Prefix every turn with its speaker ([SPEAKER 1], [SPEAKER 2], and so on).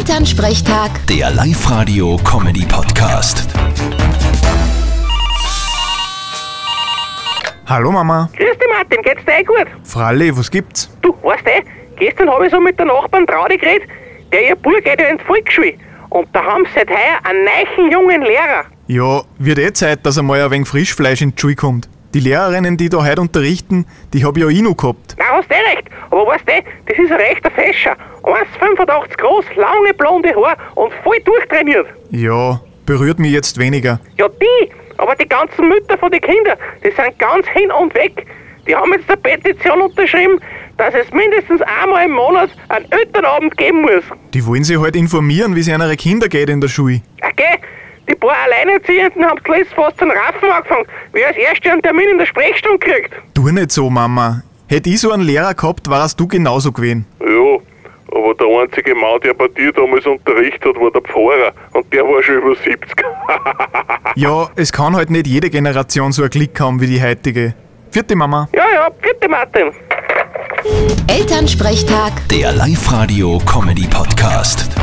[SPEAKER 1] Elternsprechtag,
[SPEAKER 2] Der Live-Radio-Comedy-Podcast.
[SPEAKER 3] Hallo Mama.
[SPEAKER 4] Grüß dich Martin, geht's dir eh gut?
[SPEAKER 3] Fralli, was gibt's?
[SPEAKER 4] Du, weißt eh, gestern habe ich so mit der Nachbarn Traudi geredet, der ihr Bub geht ja in die Volksschule. Und da haben sie seit heuer einen neuen jungen Lehrer.
[SPEAKER 3] Ja, wird eh Zeit, dass einmal ein wenig Frischfleisch in die Schule kommt. Die Lehrerinnen, die da heute unterrichten, die hab ich ja eh noch gehabt.
[SPEAKER 4] Na, hast eh recht, aber weißt eh, das ist ein rechter Fäscher. 1,85 groß, lange blonde Haare und voll durchtrainiert.
[SPEAKER 3] Ja, berührt mich jetzt weniger.
[SPEAKER 4] Ja, die, aber die ganzen Mütter von den Kindern, die sind ganz hin und weg. Die haben jetzt eine Petition unterschrieben, dass es mindestens einmal im Monat einen Elternabend geben muss.
[SPEAKER 3] Die wollen sich halt informieren, wie es ihrer Kinder geht in der Schule.
[SPEAKER 4] Okay, die paar Alleinerziehenden haben zuletzt fast den Raffen angefangen, wer als Erster einen Termin in der Sprechstunde kriegt.
[SPEAKER 3] Tu nicht so, Mama. Hätt ich so einen Lehrer gehabt, warst du genauso gewesen.
[SPEAKER 5] Ja, aber der einzige Mann, der bei dir damals unterrichtet hat, war der Pfarrer. Und der war schon über 70.
[SPEAKER 3] Ja, es kann halt nicht jede Generation so einen Klick haben wie die heutige. Vierte Mama.
[SPEAKER 4] Ja, ja, bitte Martin.
[SPEAKER 1] Elternsprechtag.
[SPEAKER 2] Der Live-Radio-Comedy-Podcast.